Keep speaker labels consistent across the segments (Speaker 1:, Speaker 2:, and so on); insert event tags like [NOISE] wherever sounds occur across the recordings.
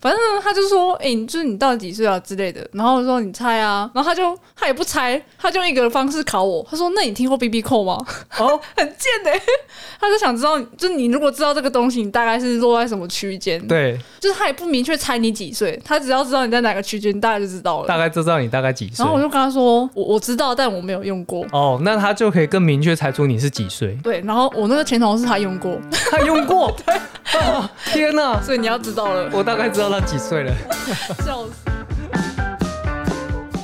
Speaker 1: 反正他就说，哎、你就是你到底几岁啊之类的，然后我说你猜啊，然后他就他也不猜，他就用一个方式考我，他说那你听过 B B 扣吗？ [LAUGHS]
Speaker 2: 哦，
Speaker 1: 很贱的、他就想知道，就是你如果知道这个东西，你大概是落在什么区间，，
Speaker 2: [LAUGHS] 对，
Speaker 1: 就是他也不明确猜你几岁，他只要知道你在哪个区间，大概就知道
Speaker 2: 大
Speaker 1: 了。
Speaker 2: 概知道你大概几岁
Speaker 1: 然后。我就跟他说，我我知道，但我没有用过。。
Speaker 2: 哦，那他就可以更明确猜出你是几岁
Speaker 1: [LAUGHS] 对，然后我那个前同事他用过， [LAUGHS]
Speaker 2: 他用过，哦 [LAUGHS] 天哪、
Speaker 1: 所以你要知道
Speaker 2: [LAUGHS]
Speaker 1: 了，
Speaker 2: 我大概知道他几岁了。
Speaker 1: 笑死。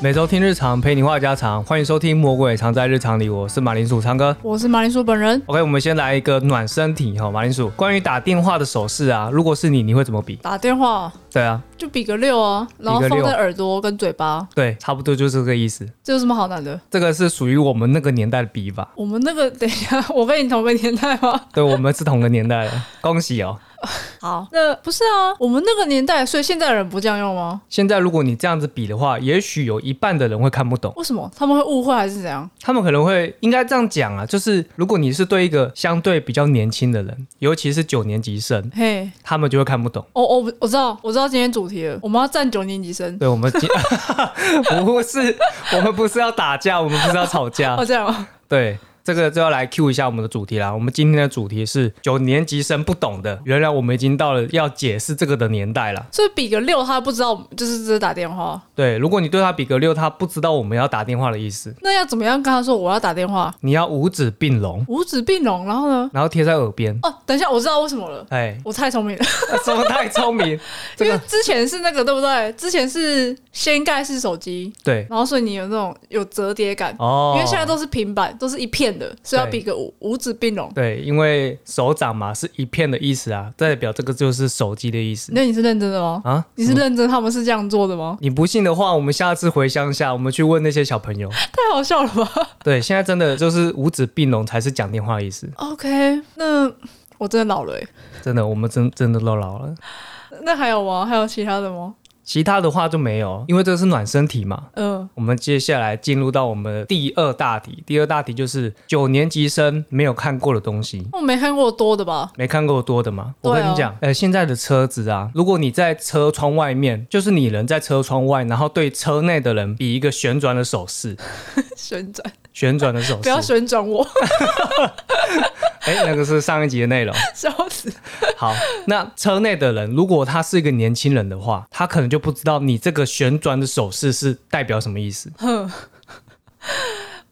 Speaker 2: 每周听日常，陪你话家常，欢迎收听《魔鬼藏在日常里》，我是马铃薯昌哥。
Speaker 1: 我是马铃薯本人，
Speaker 2: OK，我们先来一个暖身题哈，马铃薯。关于打电话的手势啊，如果是你，你会怎么比？
Speaker 1: 打电话
Speaker 2: 对啊，
Speaker 1: 就比个六啊，然后
Speaker 2: 比个
Speaker 1: 放
Speaker 2: 六
Speaker 1: 在耳朵跟嘴巴，
Speaker 2: 对，差不多就是这个意思。
Speaker 1: 这有什么好难的？
Speaker 2: 这个是属于我们那个年代的比法，
Speaker 1: 我们那个，等一下，我跟你同个年代吗？
Speaker 2: 对，我们是同个年代的，恭喜哦。
Speaker 1: 好，那不是啊，我们那个年代，所以现在人不这样用吗？
Speaker 2: 现在如果你这样子比的话，也许有一半的人会看不懂，
Speaker 1: 为什么他们会误会还是怎样？
Speaker 2: 他们可能会应该这样讲啊，就是如果你是对一个相对比较年轻的人，尤其是九年级生，
Speaker 1: 嘿，
Speaker 2: 他们就会看不懂。
Speaker 1: 哦哦，我我知道，我知道今天主题了，我们要站九年级生。
Speaker 2: 对我们今 [LAUGHS] 不是我们不是要打架，我们不是要吵架
Speaker 1: 哦，，这样啊，
Speaker 2: 对。这个就要来 Q 一下我们的主题啦。我们今天的主题是九年级生不懂的，原来我们已经到了要解释这个的年代了。
Speaker 1: 所以比个六，他不知道，就是只是打电话。
Speaker 2: 对，如果你对他比个六，他不知道我们要打电话的意思，
Speaker 1: 那要怎么样跟他说我要打电话？
Speaker 2: 你要五指并拢，
Speaker 1: 五指并拢，然后呢？
Speaker 2: 然后贴在耳边。
Speaker 1: 哦，等一下，我知道为什么了，
Speaker 2: 哎，
Speaker 1: 我太聪明了。
Speaker 2: 什么太聪明？这
Speaker 1: 因为
Speaker 2: 个
Speaker 1: 之前是那个对不对？之前是掀盖式手机，
Speaker 2: 对
Speaker 1: 然后所以你有那种有折叠感，
Speaker 2: 哦，
Speaker 1: 因为现在都是平板，都是一片的，所以要比个五五指并拢。
Speaker 2: 对，因为手掌嘛是一片的意思啊，代表这个就是手机的意思
Speaker 1: 那你是认真的吗？
Speaker 2: 啊。
Speaker 1: 你是认真？他们是这样做的吗？
Speaker 2: 你不信的话，我们下次回乡下，我们去问那些小朋友。
Speaker 1: 太好笑了
Speaker 2: [LAUGHS]
Speaker 1: 吧
Speaker 2: 对，现在真的就是五指并拢才是讲电话的意思。
Speaker 1: ？OK，那我真的老了、欸，
Speaker 2: 真的，我们真真的都老了。
Speaker 1: 那还有吗？还有其他的吗？
Speaker 2: 其他的话就没有，因为这是暖身题嘛。
Speaker 1: 嗯、
Speaker 2: 我们接下来进入到我们的第二大题，第二大题就是九年级生没有看过的东西。
Speaker 1: 我没看过多的吧？
Speaker 2: 没看过多的嘛？
Speaker 1: 对
Speaker 2: 我
Speaker 1: 啊
Speaker 2: 跟你讲，呃，现在的车子啊，如果你在车窗外面，就是你人在车窗外，然后对车内的人比一个旋转的手势， [LAUGHS]
Speaker 1: 旋转，
Speaker 2: 旋转的手
Speaker 1: 不
Speaker 2: 势
Speaker 1: 要。旋转我， [LAUGHS]
Speaker 2: 哎、那个是上一集的内容。
Speaker 1: [LAUGHS] 笑死！
Speaker 2: 好，那车内的人，如果他是一个年轻人的话，他可能就不知道你这个旋转的手势是代表什么意
Speaker 1: [LAUGHS]
Speaker 2: 思，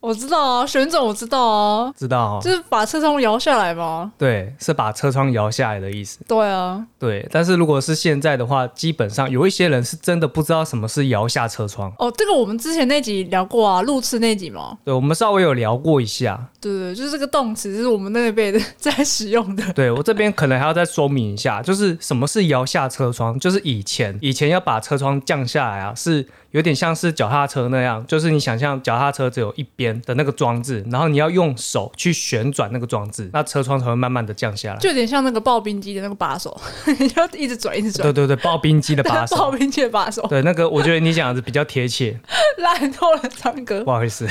Speaker 1: 我知道啊，旋转我知道啊，
Speaker 2: 知道哦？
Speaker 1: 就是把车窗摇下来嘛。
Speaker 2: 对，是把车窗摇下来的意思。
Speaker 1: 对啊，
Speaker 2: 对，但是如果是现在的话，基本上有一些人是真的不知道什么是摇下车窗。
Speaker 1: 哦，这个我们之前那集聊过啊，路痴那集嘛。
Speaker 2: 对，我们稍微有聊过一下。
Speaker 1: 对对，对就是这个动词，就是我们那一辈的 [LAUGHS] 在使用的。
Speaker 2: 对我这边可能还要再说明一下，就是什么是摇下车窗，就是以前以前要把车窗降下来啊，是有点像是脚踏车那样，就是你想象脚踏车只有一边的那个装置，然后你要用手去旋转那个装置，那车窗才会慢慢的降下来。
Speaker 1: 就有点像那个刨冰机的那个把手， [LAUGHS] 你要一直转，一直转
Speaker 2: 对。对对，刨冰机的把
Speaker 1: [LAUGHS]
Speaker 2: 手。
Speaker 1: 刨冰机的把手
Speaker 2: 对，那个我觉得你讲的比较贴切，
Speaker 1: 烂透了，张哥
Speaker 2: 不。好意思。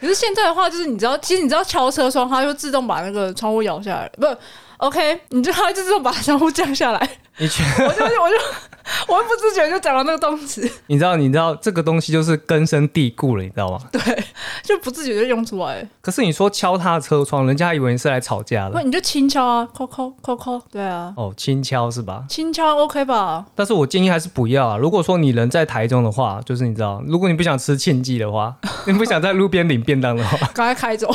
Speaker 1: 可是现在的话，就是你知道，其实你知道敲车窗，它就自动把那个窗户摇下来，不，OK，你就它就自动把窗户降下来。 [LAUGHS]
Speaker 2: 你觉
Speaker 1: 我就我就我就不自觉就讲到那个动词， [LAUGHS]
Speaker 2: 你知道你知道这个东西就是根深蒂固了，你知道吗？
Speaker 1: 就不自觉就用出来。
Speaker 2: 可是你说敲他的车窗，人家还以为你是来吵架
Speaker 1: 不，
Speaker 2: 的。
Speaker 1: 你就轻敲啊，扣扣扣扣，对啊，
Speaker 2: 哦，轻敲是吧？
Speaker 1: 轻敲 OK 吧？
Speaker 2: 但是我建议还是不要啊。如果说你人在台中的话，就是你知道，如果你不想吃庆记的话， [LAUGHS] 你不想在路边领便当的话， [LAUGHS]
Speaker 1: 赶快开走。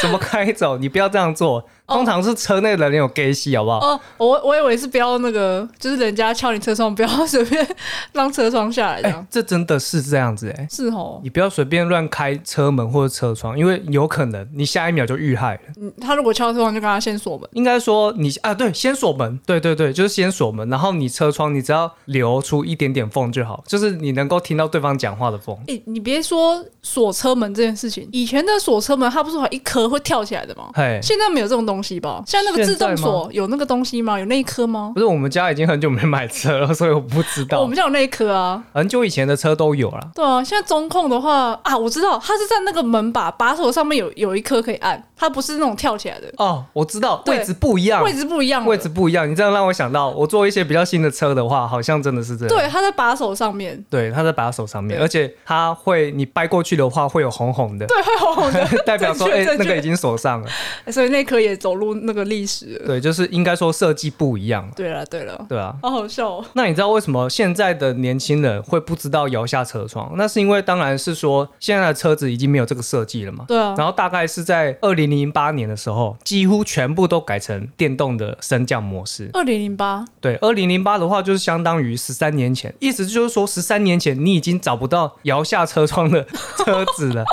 Speaker 2: 怎么开走？你不要这样做。通常是车内的人有 gay 戏，好不好？
Speaker 1: 哦，我我以为是不要那个，就是人家敲你车窗，不要随便 [LAUGHS] 让车窗下来这
Speaker 2: 哎、
Speaker 1: 样。
Speaker 2: 这真的是这样子哎、
Speaker 1: 是哦，
Speaker 2: 你不要随便乱开车门或者车窗，因为有可能你下一秒就遇害了。
Speaker 1: 嗯他如果敲车窗，就跟他先锁门。
Speaker 2: 应该说你啊，对，先锁门，对对对，就是先锁门，然后你车窗你只要留出一点点缝就好，就是你能够听到对方讲话的缝。
Speaker 1: 哎、你别说锁车门这件事情，以前的锁车门它不是还一颗会跳起来的吗？
Speaker 2: 嘿，
Speaker 1: 现在没有这种东西吧？现在那个自动
Speaker 2: 现在
Speaker 1: 锁有那个东西吗？有那一颗吗？哦
Speaker 2: 不是我们家已经很久没买车了，所以我不知
Speaker 1: 我
Speaker 2: 道
Speaker 1: 们。家有那一颗啊。
Speaker 2: 很久以前的车都有啦。
Speaker 1: 对啊，现在中控的话啊，我知道它是在那个门把把手上面有有一颗可以按，它不是那种跳起来的，
Speaker 2: 哦，我知道
Speaker 1: 对
Speaker 2: 位置不一样，
Speaker 1: 位置不一样了，
Speaker 2: 啊位置不一样。你这样让我想到，我坐一些比较新的车的话，好像真的是这样。
Speaker 1: 对，它在把手上
Speaker 2: [LAUGHS]
Speaker 1: 面，
Speaker 2: 对，它在把手上面，
Speaker 1: 对
Speaker 2: 而且它会，你掰过去的话会有红红的，
Speaker 1: 哦对，会红红的，
Speaker 2: [LAUGHS] 代表说，
Speaker 1: 正确
Speaker 2: 哎、
Speaker 1: 正确
Speaker 2: 那个已经锁上了。
Speaker 1: 所以那颗也走入那个历史了。
Speaker 2: 对，就是应该说设计不一样，
Speaker 1: 对了对了，
Speaker 2: 对啊。
Speaker 1: 好好笑、哦，
Speaker 2: 那你知道为什么现在的年轻人会不知道摇下车窗？那是因为当然是说现在的车子已经没有这个设计了嘛。
Speaker 1: 对啊，
Speaker 2: 然后大概是在二零零八年的时候，几乎全部都改成电动的升降模式。
Speaker 1: 二零零八，
Speaker 2: 对，二零零八的话就是相当于十三年前，意思就是说十三年前你已经找不到摇下车窗的 [LAUGHS] 车子了，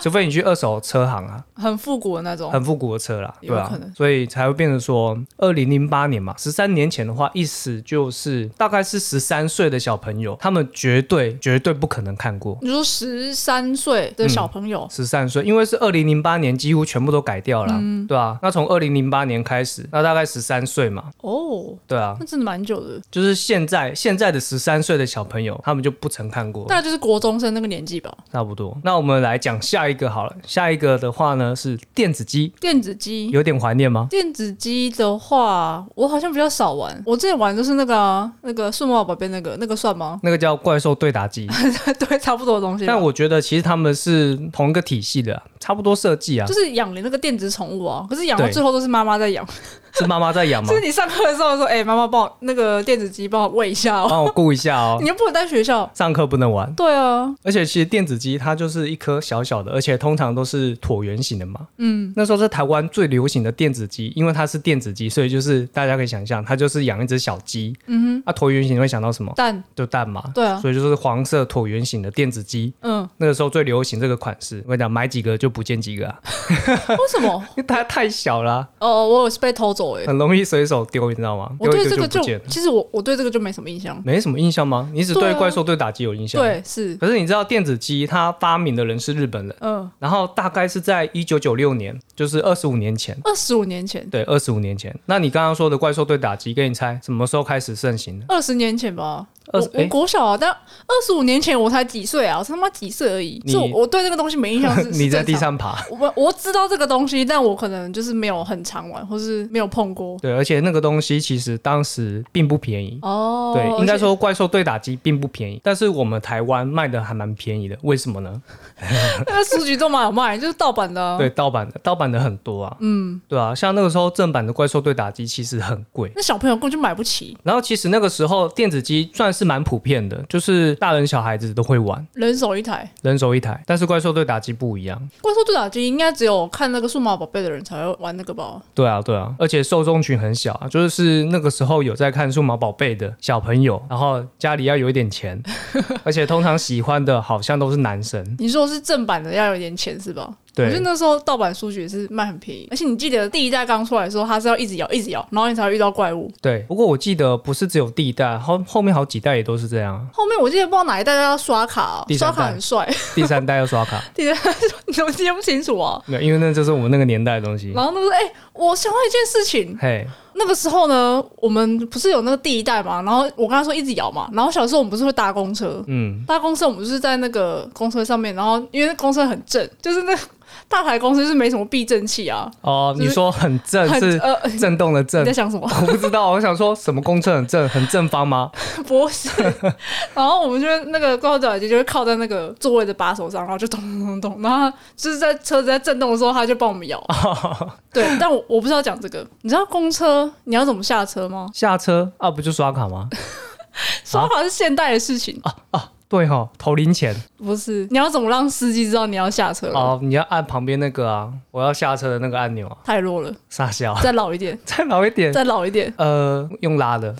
Speaker 2: 除非你去二手车行啊，
Speaker 1: 很复古的那种，
Speaker 2: 很复古的车啦，对
Speaker 1: 哦有
Speaker 2: 啊
Speaker 1: 可能，
Speaker 2: 所以才会变成说二零零八年嘛，十三年前的话，意思就是大概是十三岁的小朋友，他们绝对绝对不可能看过。
Speaker 1: 你说十三岁的小朋友，
Speaker 2: 十三岁，因为是二零零八年，几乎全部都改掉了啊、
Speaker 1: 嗯
Speaker 2: 对啊。那从二零零八年开始，那大概十三岁嘛，
Speaker 1: 哦，
Speaker 2: 对啊，
Speaker 1: 那真的蛮久的，
Speaker 2: 就是现在现在的十三岁的小朋友，他们就不曾看过，
Speaker 1: 大概就是国中生那个年纪吧。
Speaker 2: 差不多。那我们来讲下一个好了，下一个的话呢是电子机，
Speaker 1: 电子机，
Speaker 2: 有点怀念吗？
Speaker 1: 电子机的话，我好像比较少玩，我之前玩的是那个啊、那个数码宝贝那个，那个算吗？ [LAUGHS]
Speaker 2: 那个叫怪兽对打机，
Speaker 1: 对，啊差不多的东西吧。
Speaker 2: 但我觉得其实他们是同一个体系的啊，差不多设计啊
Speaker 1: 就，是养了那个电子宠物啊，可是养到
Speaker 2: 对
Speaker 1: 最后都是妈妈在养，
Speaker 2: 是妈妈在养吗
Speaker 1: 就？ [LAUGHS] 是你上课的时候说，哎、妈妈帮我那个电子机帮我喂一下哦，
Speaker 2: 帮我顾一下哦
Speaker 1: [LAUGHS] 你，又不能在学校。
Speaker 2: 上课不能玩。
Speaker 1: 对啊，
Speaker 2: 而且其实电子机它就是一颗小小的，而且通常都是椭圆形的嘛。嗯，那时候在台湾最流行的电子机，因为它是电子机，所以就是大家可以想象，它就是养一只小鸡。嗯哼，啊，椭圆形会想到什么？
Speaker 1: 蛋，
Speaker 2: 就蛋嘛。
Speaker 1: 对啊，
Speaker 2: 所以就是黄色椭圆形的电子机，
Speaker 1: 嗯，
Speaker 2: 那个时候最流行这个款式。我跟你讲，买几个就不见几个啊， [LAUGHS]
Speaker 1: 为什么？
Speaker 2: 因为它太小啦、
Speaker 1: 哦，我有是被偷走哎、
Speaker 2: [LAUGHS] 很容易随手丢，你知道吗？
Speaker 1: 我
Speaker 2: 丢
Speaker 1: 对
Speaker 2: 一
Speaker 1: 这
Speaker 2: 丢
Speaker 1: 个
Speaker 2: 就
Speaker 1: 就
Speaker 2: 不见了，
Speaker 1: 其实我我对这个就没什么印象。
Speaker 2: 没什么印象吗？你只
Speaker 1: 对
Speaker 2: 对
Speaker 1: 啊
Speaker 2: 怪兽对打击有印象？。
Speaker 1: 对，是，
Speaker 2: 可是你知道电子机它发明的人是日本人，
Speaker 1: 嗯，
Speaker 2: 然后大概是在一九九六年，就是二十五年前。
Speaker 1: 二十五年前，
Speaker 2: 对，二十五年前。那你刚刚说的怪兽对打击，跟你猜什么时候开始盛行的？
Speaker 1: 二十年前吧。我
Speaker 2: 二十
Speaker 1: 我
Speaker 2: 诶
Speaker 1: 国小啊，但二十五年前我才几岁啊，我才他妈几岁而已。
Speaker 2: 你
Speaker 1: 就我对这个东西没印象
Speaker 2: [LAUGHS]
Speaker 1: 是，
Speaker 2: 你在
Speaker 1: 是
Speaker 2: 地
Speaker 1: 正常。
Speaker 2: 上爬。
Speaker 1: 我我知道这个东西，但我可能就是没有很常玩，或是没有碰过。
Speaker 2: 对，而且那个东西其实当时并不便宜。
Speaker 1: 哦，
Speaker 2: 对，应该
Speaker 1: 而且
Speaker 2: 说怪兽对打击并不便宜，但是我们台湾卖的还蛮便宜的，为什么呢？
Speaker 1: 那个书局都蛮有卖，就是盗版的啊、
Speaker 2: [LAUGHS] 对，盗版的，盗版的很多啊。嗯，对啊，像那个时候正版的怪兽对打击其实很贵，
Speaker 1: 那小朋友根本就买不起，
Speaker 2: 然后其实那个时候电子机算是蛮普遍的，就是大人小孩子都会玩，
Speaker 1: 人手一台。
Speaker 2: 人手一台。但是怪兽对打击不一样，
Speaker 1: 怪兽对打机应该只有看那个数码宝贝的人才会玩那个吧？
Speaker 2: 对啊对啊，而且受众群很小啊，就是那个时候有在看数码宝贝的小朋友，然后家里要有一点
Speaker 1: [LAUGHS]
Speaker 2: 钱，而且通常喜欢的好像都是男生，
Speaker 1: 你说是正版的要有点钱是吧？我觉得
Speaker 2: 对。
Speaker 1: 那时候盗版书局也是卖很便宜，而且你记得第一代刚出来的时候，它是要一直咬一直咬，然后你才会遇到怪物。
Speaker 2: 对，不过我记得不是只有第一代，后后面好几代也都是这样 [LAUGHS] 啊。
Speaker 1: 后面我记得不知道哪一代要刷卡、哦
Speaker 2: 第三
Speaker 1: 刷
Speaker 2: 代
Speaker 1: 卡很帅， [LAUGHS]
Speaker 2: 第三代要刷卡，
Speaker 1: 你怎么记不清楚啊？
Speaker 2: 没有，因为那就是我们那个年代的东西。
Speaker 1: 然后那个哎、我想到一件事情，
Speaker 2: 嘿，
Speaker 1: 那个时候呢，我们不是有那个第一代嘛，然后我刚才说一直咬嘛，然后小时候我们不是会搭公车，
Speaker 2: 嗯，
Speaker 1: 搭公车我们就是在那个公车上面，然后因为那公车很正，就是那 [LAUGHS] 大台公车就是没什么避震器啊，
Speaker 2: 哦，
Speaker 1: 就是
Speaker 2: 你说很正
Speaker 1: 很
Speaker 2: 是
Speaker 1: 呃，
Speaker 2: 震动的震
Speaker 1: 你在，想什么？
Speaker 2: [LAUGHS] 我不知道，我想说什么公车很正，很正方吗？
Speaker 1: 不
Speaker 2: [LAUGHS]
Speaker 1: 是，然后我们就会那个高脚姐就会靠在那个座位的把手上，然后就咚咚咚咚，然后就是在车子在震动的时候，他就帮我们摇。
Speaker 2: 哦
Speaker 1: 对，但我我不知道讲这个，你知道公车你要怎么下车吗？
Speaker 2: 下车啊，不就刷卡 [LAUGHS] 吗？啊
Speaker 1: 刷卡是现代的事情，
Speaker 2: 对哈、哦，投零钱
Speaker 1: 不是你要怎么让司机知道你要下车了？
Speaker 2: 哦，你要按旁边那个啊，我要下车的那个按钮啊，
Speaker 1: 太弱了，
Speaker 2: 傻笑， [LAUGHS]
Speaker 1: 再老一点，
Speaker 2: 再老一点，
Speaker 1: 再老一点，
Speaker 2: 呃，用拉的，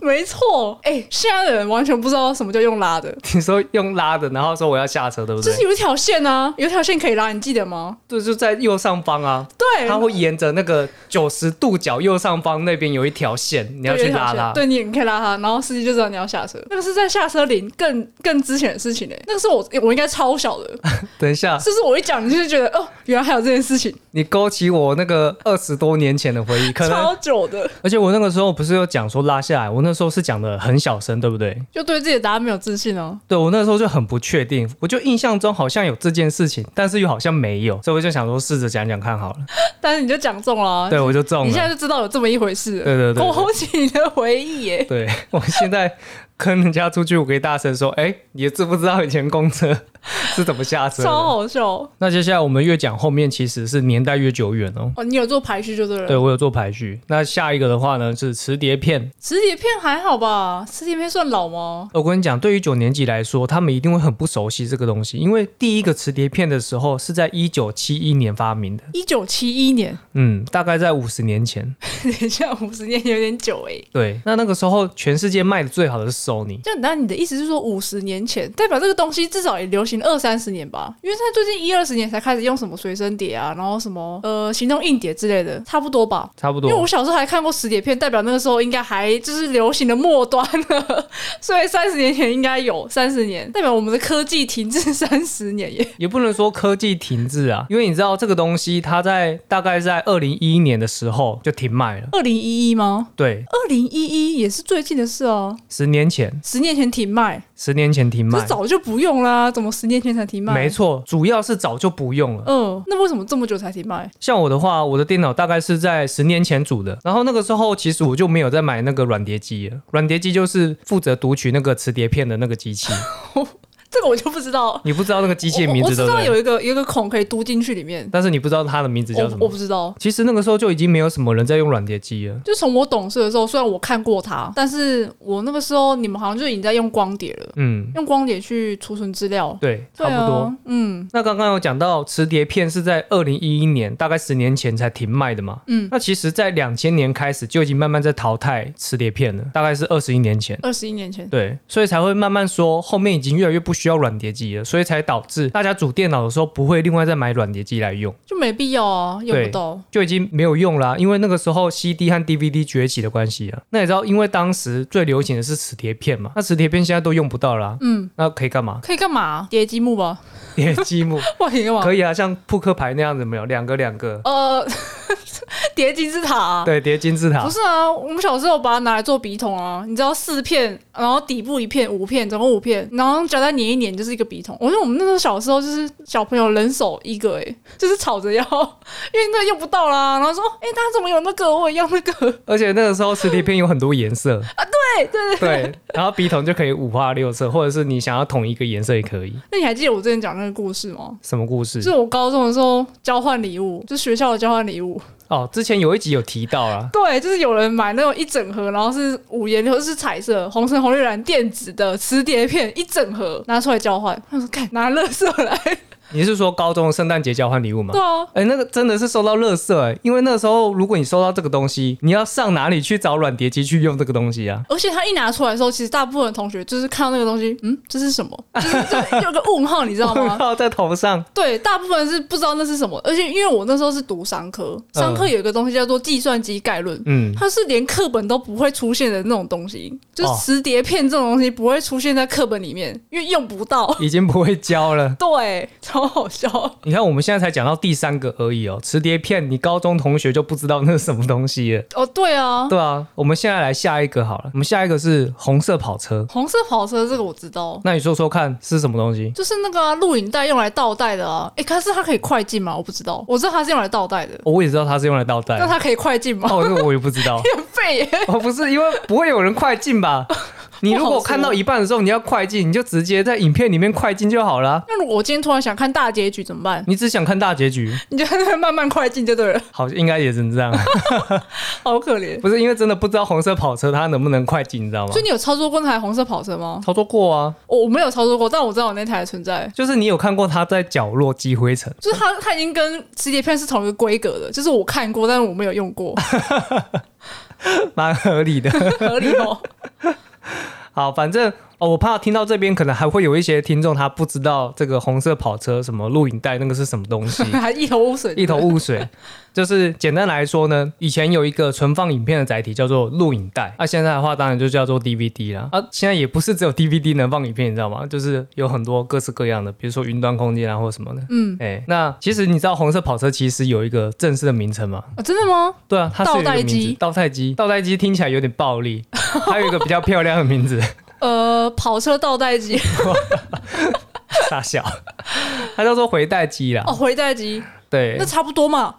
Speaker 1: 没错。哎、现在的人完全不知道什么叫用拉的，
Speaker 2: 你说用拉的，然后说我要下车，对不
Speaker 1: 就
Speaker 2: 对
Speaker 1: 是？有一条线啊，有一条线可以拉，你记得吗？
Speaker 2: 对，就在右上方啊，
Speaker 1: 对，
Speaker 2: 它会沿着那个九十度角右上方那边有一条线，你要去拉它。
Speaker 1: 对，你你可以拉他，然后司机就知道你要下车。那个是在下车铃更更之前的欸事情嘞、那个是我我应该超小的，
Speaker 2: 等一下，
Speaker 1: 就是我一讲你就觉得哦，原来还有这件事情，
Speaker 2: 你勾起我那个二十多年前的回忆，可能
Speaker 1: 超久的，
Speaker 2: 而且我那个时候不是有讲说拉下来，我那时候是讲的很小声，对不对？
Speaker 1: 就对自己的答案没有自信哦、
Speaker 2: 对我那时候就很不确定，我就印象中好像有这件事情，但是又好像没有，所以我就想说试着讲讲看好了。
Speaker 1: 但是你就讲中了、啊，
Speaker 2: 对，我就中
Speaker 1: 你现在
Speaker 2: 了。
Speaker 1: 就知道有这么一回事了。
Speaker 2: 对对对对
Speaker 1: 我恭喜你的回忆耶！
Speaker 2: 对 [LAUGHS] 我现在跟人家出去，我可以大声说：“哎、你知不知道以前公车 [LAUGHS] 是怎么下车
Speaker 1: 超
Speaker 2: 的
Speaker 1: 好笑？”哦
Speaker 2: 那接下来我们越讲后面，其实是年代越久远哦。
Speaker 1: 哦！你有做排序就对了。
Speaker 2: 对我有做排序。那下一个的话呢是磁碟片。
Speaker 1: 磁铁片还好吧？磁铁片算老吗？
Speaker 2: 我跟你讲，对于九年级来说，他们一定会很不熟悉这个东西，因为第一个磁碟片的时候是在一九七一年发明的，
Speaker 1: 一九七一年， [LAUGHS]
Speaker 2: 嗯，大概在五十年前。
Speaker 1: 等一下五十年有点久哎。
Speaker 2: 对，那那个时候全世界卖的最好的是 Sony。
Speaker 1: 就那你的意思是说，五十年前代表这个东西至少也流行二三十年吧？因为现在最近一二十年才开始用什么随身碟啊，然后什么呃行动硬碟之类的，差不多吧。
Speaker 2: 差不
Speaker 1: 因为我
Speaker 2: 多，
Speaker 1: 小时候还看过磁铁片，代表那个时候应该还就是流行的末端 [LAUGHS] 了，所以三十年前应该有三十年，代表我们的科技停滞三十年耶。
Speaker 2: 也不能说科技停滞啊，因为你知道这个东西，它在大概在二零一一年的时候就停卖了。
Speaker 1: [LAUGHS] 二零一一吗？
Speaker 2: 对，
Speaker 1: 二零一一也是最近的事哦、
Speaker 2: 十年前，
Speaker 1: 十年前停卖，
Speaker 2: 十年前停
Speaker 1: 这
Speaker 2: 卖，
Speaker 1: 早就不用啦，怎么十年前才停卖？
Speaker 2: 没，错，主要是早就不用了。
Speaker 1: 嗯，那为什么这么久才停卖？
Speaker 2: 像我的话，我的电脑大概是在十年前组的，然后那个时候其实我就没有在买那个软碟机了，软碟机就是负责读取那个磁碟片的那个
Speaker 1: [LAUGHS]
Speaker 2: 机器，
Speaker 1: 这个我就不知道。
Speaker 2: 你不知道那个机器的
Speaker 1: 我
Speaker 2: 名
Speaker 1: 我
Speaker 2: 字对
Speaker 1: 知
Speaker 2: 不
Speaker 1: 道
Speaker 2: 对？
Speaker 1: 有一个有一个孔可以嘟进去里面，
Speaker 2: 但是你不知道它的名字叫什
Speaker 1: 我我
Speaker 2: 么。
Speaker 1: 不知道。
Speaker 2: 其实那个时候就已经没有什么人在用软碟机了。
Speaker 1: 就从我懂事的时候，虽然我看过它，但是我那个时候你们好像就已经在用光碟了，
Speaker 2: 嗯，
Speaker 1: 用光碟去储存资料，
Speaker 2: 对，
Speaker 1: 对
Speaker 2: 差不多。
Speaker 1: 啊，嗯，
Speaker 2: 那刚刚有讲到磁碟片是在二零一一年，大概十年前才停卖的嘛。
Speaker 1: 嗯，
Speaker 2: 那其实，在两千年开始就已经慢慢在淘汰磁碟片了，大概是二十一年前。
Speaker 1: 二十一年前，
Speaker 2: 对，所以才会慢慢说，后面已经越来越不需要软碟机了，所以才导致大家组电脑的时候不会另外再买软碟机来用，
Speaker 1: 就没必要啊，用
Speaker 2: 对
Speaker 1: 不到。
Speaker 2: 就已经没有用啦、啊因为那个时候 CD 和 DVD 崛起的关系啊。那你知道，因为当时最流行的是磁碟片嘛，那磁碟片现在都用不到啦、啊
Speaker 1: 嗯，？
Speaker 2: 那可以干嘛 [LAUGHS]
Speaker 1: 可以干嘛？叠积木吧？ [LAUGHS]
Speaker 2: 叠积木
Speaker 1: 哇，你干嘛？
Speaker 2: 可以啊，像扑克牌那样子没有，两个两个，
Speaker 1: 呃， [LAUGHS] 叠金字塔、啊。
Speaker 2: 对，叠金字塔
Speaker 1: 不。是啊，我们小时候把它拿来做笔筒啊，你知道四片，然后底部一片，五片，总共五片，然后夹在粘一粘就是一个笔筒。我觉得我们那时候小时候就是小朋友人手一个、欸，就是吵着要，因为那个用不到啦，然后说，哎、大家怎么有那个，我也要那个， [LAUGHS]
Speaker 2: 而且那个时候磁碟片有很多颜色 [LAUGHS] 啊，对对对，然后笔筒就可以五花六色，或者是你想要统一一个颜色也可以。
Speaker 1: 那你还记得我之前讲那个故事吗？
Speaker 2: 什么故事
Speaker 1: 就？是我高中的时候交换礼物，就学校的交换礼物。
Speaker 2: 哦，之前有一集有提到啊啦，
Speaker 1: [LAUGHS] 对，就是有人买那种一整盒，然后是五颜六是彩色，红橙红绿蓝电子的磁碟片一整盒拿出来交换。他说：“看，拿乐色来。 [LAUGHS]
Speaker 2: 你是说高中的圣诞节交换礼物”吗
Speaker 1: 对？啊，
Speaker 2: 哎、那个真的是收到乐色哎，因为那时候如果你收到这个东西，你要上哪里去找软碟机去用这个东西啊？
Speaker 1: 而且他一拿出来的时候，其实大部分的同学就是看到那个东西，嗯，这是什么？ [LAUGHS] 就是就有个问号，你知道
Speaker 2: 问 [LAUGHS]
Speaker 1: [LAUGHS] 吗？
Speaker 2: 号在头上，
Speaker 1: 对，大部分是不知道那是什么。而且因为我那时候是读商科，商科有一个东西叫做计算机概论。
Speaker 2: 嗯，
Speaker 1: 它是连课本都不会出现的那种东西，就是
Speaker 2: 哦
Speaker 1: 磁碟片这种东西不会出现在课本里面，因为用不到。 [LAUGHS]
Speaker 2: 已经不会教了。
Speaker 1: 对，超好笑。
Speaker 2: 你看我们现在才讲到第三个而已哦，磁碟片，你高中同学就不知道那是什么东西了。
Speaker 1: 哦，对啊，
Speaker 2: 对啊，我们现在来下一个好了，我们下一个是红色跑车。
Speaker 1: 红色跑车这个我知道，
Speaker 2: 那你说说看是什么东西？
Speaker 1: 就是那个啊录、影带用来倒带的啊。诶，可是它可以快进吗？我不知道，我知道它是用来倒带的，
Speaker 2: 我也知道它是用来倒带
Speaker 1: [LAUGHS] 但。它可以快进吗？
Speaker 2: 哦，那我也不
Speaker 1: [LAUGHS]
Speaker 2: 知道。
Speaker 1: 很废耶，
Speaker 2: [LAUGHS] 哦，不是，因为不会有人快进
Speaker 1: [LAUGHS]
Speaker 2: 吧？你如果看到一半的时候你要快进，你就直接在影片里面快进就好啦。
Speaker 1: 那如果我今天突然想看大结局怎么办？
Speaker 2: 你只想看大结局，
Speaker 1: 你就在那边慢慢快进就对了， [LAUGHS]
Speaker 2: 好，应该也是这样。 [LAUGHS]
Speaker 1: 好可怜。
Speaker 2: 不是因为真的不知道红色跑车它能不能快进，你知道吗
Speaker 1: 所以？你有操作过那台红色跑车吗？哦
Speaker 2: 操作过啊，
Speaker 1: 我、我没有操作过，但我知道我那台的存在。
Speaker 2: 就是你有看过它在角落积灰尘， [LAUGHS]
Speaker 1: 就是它，它已经跟磁碟片是同一个规格的，就是我看过， [LAUGHS] 但是我没有用过，
Speaker 2: 蛮合理的。 [LAUGHS]
Speaker 1: 合理哦。
Speaker 2: 好，反正哦，我怕听到这边可能还会有一些听众他不知道这个红色跑车什么录影带那个是什么东西，
Speaker 1: 还一头雾水，
Speaker 2: 一头
Speaker 1: [LAUGHS]
Speaker 2: 雾水。就是简单来说呢，以前有一个存放影片的载体叫做录影带，那、现在的话当然就叫做 DVD 啦。啊，现在也不是只有 DVD 能放影片，你知道吗？就是有很多各式各样的，比如说云端空间啊或什么的。
Speaker 1: 嗯，
Speaker 2: 哎、那其实你知道红色跑车其实有一个正式的名称吗？
Speaker 1: 啊，真的吗？
Speaker 2: 对啊，它是有一个
Speaker 1: 倒带
Speaker 2: 名字
Speaker 1: 机
Speaker 2: 倒带机，倒带机听起来有点暴力，还有一个比较漂亮的名字， [LAUGHS]
Speaker 1: 呃，跑车倒带机
Speaker 2: 大小，它叫做回带机啦。
Speaker 1: 哦，回带机，
Speaker 2: 对
Speaker 1: 那，差不多嘛。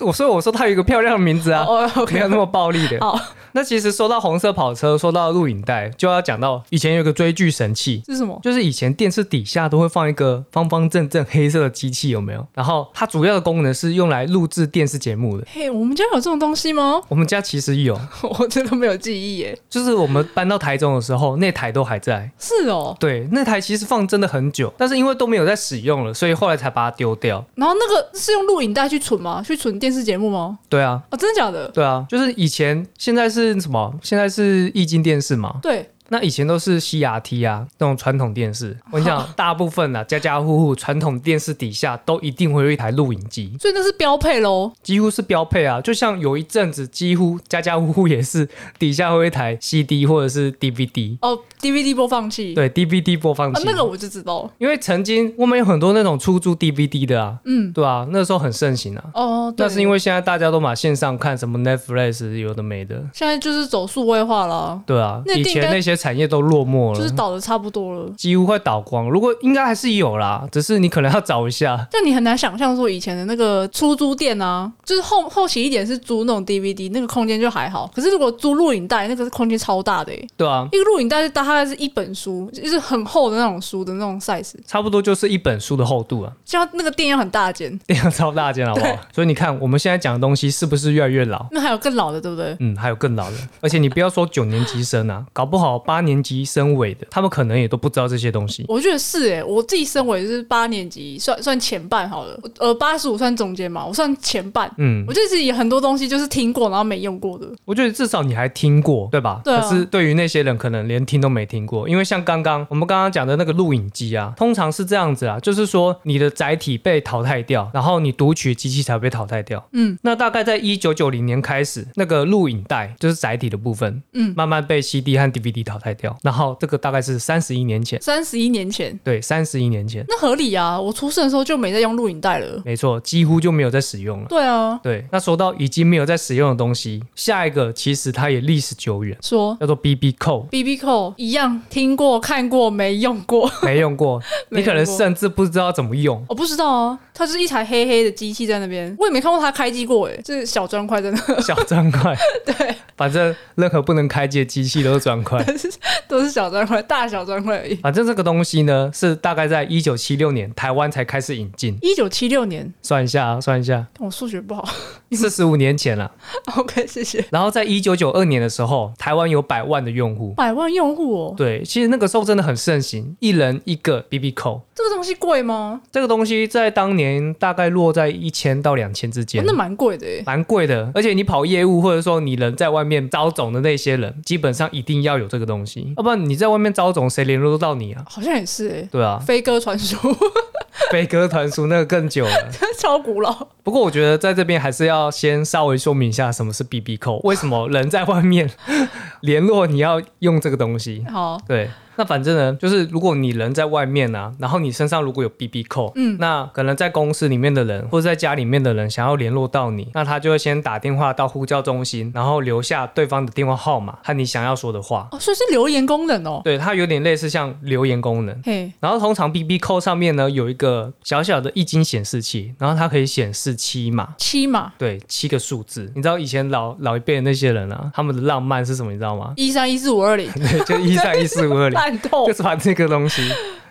Speaker 2: 我所以我说它有一个漂亮的名字啊，
Speaker 1: 哦，OK，
Speaker 2: [LAUGHS] 没有那么暴力的。
Speaker 1: 好，
Speaker 2: 那其实说到红色跑车，说到录影带，就要讲到以前有个追剧神器。
Speaker 1: 是什么？
Speaker 2: 就是以前电视底下都会放一个方方正正黑色的机器，有没有？然后它主要的功能是用来录制电视节目的。
Speaker 1: 嘿，我们家有这种东西吗？
Speaker 2: 我们家其实有，
Speaker 1: [LAUGHS] 我真的没有记忆耶。
Speaker 2: 就是我们搬到台中的时候，那台都还在。
Speaker 1: 是哦，
Speaker 2: 对，那台其实放真的很久，但是因为都没有在使用了，所以后来才把它丢掉。
Speaker 1: 然后那个是用录影带去存吗？去存电视节目吗？
Speaker 2: 对啊，
Speaker 1: 哦，真的假的？
Speaker 2: 对啊，就是以前现在是什么？现在是液晶电视嘛？
Speaker 1: 对，
Speaker 2: 那以前都是 CRT 啊，那种传统电视。
Speaker 1: 哦
Speaker 2: 我跟你讲，大部分啊，家 [LAUGHS] 家户户传统电视底下都一定会有一台录影机，
Speaker 1: 所以那是标配喽。
Speaker 2: 几乎是标配啊。就像有一阵子，几乎家家户户也是底下会有一台 CD 或者是 DVD，
Speaker 1: 哦，DVD 播放器。
Speaker 2: 对 DVD 播放
Speaker 1: 啊
Speaker 2: 器。，
Speaker 1: 那个我就知道了。
Speaker 2: 因为曾经我们有很多那种出租 DVD 的啊，
Speaker 1: 嗯，
Speaker 2: 对啊，那时候很盛行啊。
Speaker 1: 哦，对，
Speaker 2: 那是因为现在大家都买线上看，什么 Netflix 有的没的，
Speaker 1: 现在就是走数位化了啊，
Speaker 2: 对啊，
Speaker 1: 那
Speaker 2: 以
Speaker 1: 应该
Speaker 2: 前那些产业都落寞了，
Speaker 1: 就是倒的差不多了。
Speaker 2: 几乎快倒光。如果应该还是有啦，只是你可能要找一下。 [LAUGHS]
Speaker 1: 但你很难想象说以前的那个出租店啊，就是后后期一点是租那种 DVD，那个空间就还好。可是如果租录影带，那个是空间超大的、欸，
Speaker 2: 对啊，
Speaker 1: 一个录影带大概是一本书，就是很厚的那种书的那种 size，
Speaker 2: 差不多就是一本书的厚度啊， [LAUGHS]
Speaker 1: 像那个店要很大间。
Speaker 2: 量超大间，好不好？所以你看，我们现在讲的东西是不是越来越老？
Speaker 1: 那还有更老的，对不对？
Speaker 2: 嗯，还有更老的， [LAUGHS] 而且你不要说九年级生啊，搞不好八年级生尾的，他们可能也都不知道这些东西。
Speaker 1: 我觉得是诶、我自己身为是八年级，算算前半好了，呃，八十五算中间嘛，我算前半。
Speaker 2: 嗯，
Speaker 1: 我觉得自己很多东西就是听过，然后没用过的。
Speaker 2: 我觉得至少你还听过，对吧？
Speaker 1: 对啊
Speaker 2: 可是对于那些人，可能连听都没听过，因为像刚刚我们刚刚讲的那个录影机啊，通常是这样子啊，就是说你的载体被淘汰掉，然后你读取机器才被淘汰掉。
Speaker 1: 嗯，
Speaker 2: 那大概在一九九零年开始，那个录影带就是载体的部分，
Speaker 1: 嗯，
Speaker 2: 慢慢被 CD 和 DVD 淘汰掉。然后这个大概是三十一年前，
Speaker 1: 三十一年前，
Speaker 2: 对，三十一年前，
Speaker 1: 那合理啊，我出生的时候就没在用录影带了。
Speaker 2: 没错，几乎就没有在使用了。
Speaker 1: 对啊，
Speaker 2: 对，那说到已经没有在使用的东西，下一个其实它也历史久远，
Speaker 1: 说
Speaker 2: 叫做 BB 扣。
Speaker 1: B B 扣一样，听过、看过，没用过。
Speaker 2: [LAUGHS] 没
Speaker 1: [LAUGHS]
Speaker 2: 用过，
Speaker 1: 没用过
Speaker 2: 你可能甚至不知道怎么
Speaker 1: [LAUGHS]
Speaker 2: 用。
Speaker 1: 我不知道啊，它是一台黑黑的机器在那边，我也没看过它开机过、欸，诶，是小砖块在那，
Speaker 2: 小砖块，
Speaker 1: 对，
Speaker 2: 反正任何不能开机的机器都是砖
Speaker 1: [LAUGHS]
Speaker 2: 块。
Speaker 1: [LAUGHS] 都是小砖块，大小砖块而已。
Speaker 2: 反正这个东西呢，是大概在一九七六年台湾才开始引进。
Speaker 1: 一九七六年，
Speaker 2: 算一下、啊，算
Speaker 1: [LAUGHS]
Speaker 2: 一下，
Speaker 1: 我数学不好
Speaker 2: 四十五年前了。
Speaker 1: ，OK，谢谢。
Speaker 2: 然后在一九九二年的时候，台湾有百万的用户。
Speaker 1: 百万用户哦，
Speaker 2: 对，其实那个时候真的很盛行，一人一个 BB 扣。
Speaker 1: 这个东西贵吗？
Speaker 2: 这个东西在当年大概落在一千到两千之
Speaker 1: 哦
Speaker 2: 间。
Speaker 1: 那蛮贵的诶。
Speaker 2: 蛮贵的，而且你跑业务或者说你人在外面招总的那些人，基本上一定要有这个东西，要不然你在外面招总，谁联络得到你啊？
Speaker 1: 好像也是诶。，
Speaker 2: 对啊
Speaker 1: 飞鸽传书 [LAUGHS]
Speaker 2: 飞鸽传书那个更久了。 [LAUGHS]
Speaker 1: 超古老，
Speaker 2: 不过我觉得在这边还是要先稍微说明一下什么是 BB 扣，为什么人在外面 [LAUGHS] 联络你要用这个东西？
Speaker 1: 好，
Speaker 2: 对，那反正呢，就是如果你人在外面啊，然后你身上如果有 BB 扣，嗯，那可能在公司里面的人或者在家里面的人想要联络到你，那他就会先打电话到呼叫中心，然后留下对方的电话号码和你想要说的话。
Speaker 1: 哦，所以是留言功能哦，
Speaker 2: 对，它有点类似像留言功能。
Speaker 1: 嘿，
Speaker 2: 然后通常 BB 扣上面呢有一个小小的液晶显示器，然后它可以显示七码。
Speaker 1: 七嘛，？
Speaker 2: 对，七个数字。你知道以前老老一辈的那些人啊，他们的浪漫是什么？你知道吗
Speaker 1: 一三一四五二零，
Speaker 2: 对， [LAUGHS] 就一三一四五二零。
Speaker 1: 烂透
Speaker 2: 就，是把这个东西。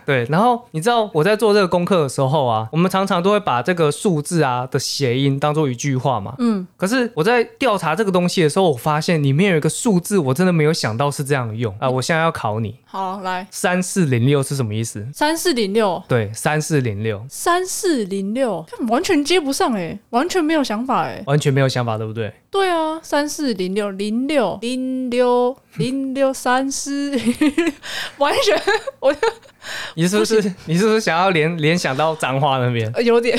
Speaker 2: 对，然后你知道我在做这个功课的时候啊，我们常常都会把这个数字啊的谐音当做一句话嘛。
Speaker 1: 嗯，
Speaker 2: 可是我在调查这个东西的时候，我发现里面有一个数字，我真的没有想到是这样用啊、我现在要考你，
Speaker 1: 好，来
Speaker 2: 三四零六是什么意思？
Speaker 1: 三四零六。
Speaker 2: 对，三四零六，
Speaker 1: 三四零六，看完全接不上哎、完全没有想法哎、
Speaker 2: 完全没有想法，对不对？
Speaker 1: 对啊，三四零六零六零六零六三四， [LAUGHS] 完全
Speaker 2: 你是不是你是不是想要联联想到脏话那
Speaker 1: [LAUGHS]
Speaker 2: 边？
Speaker 1: 呃有点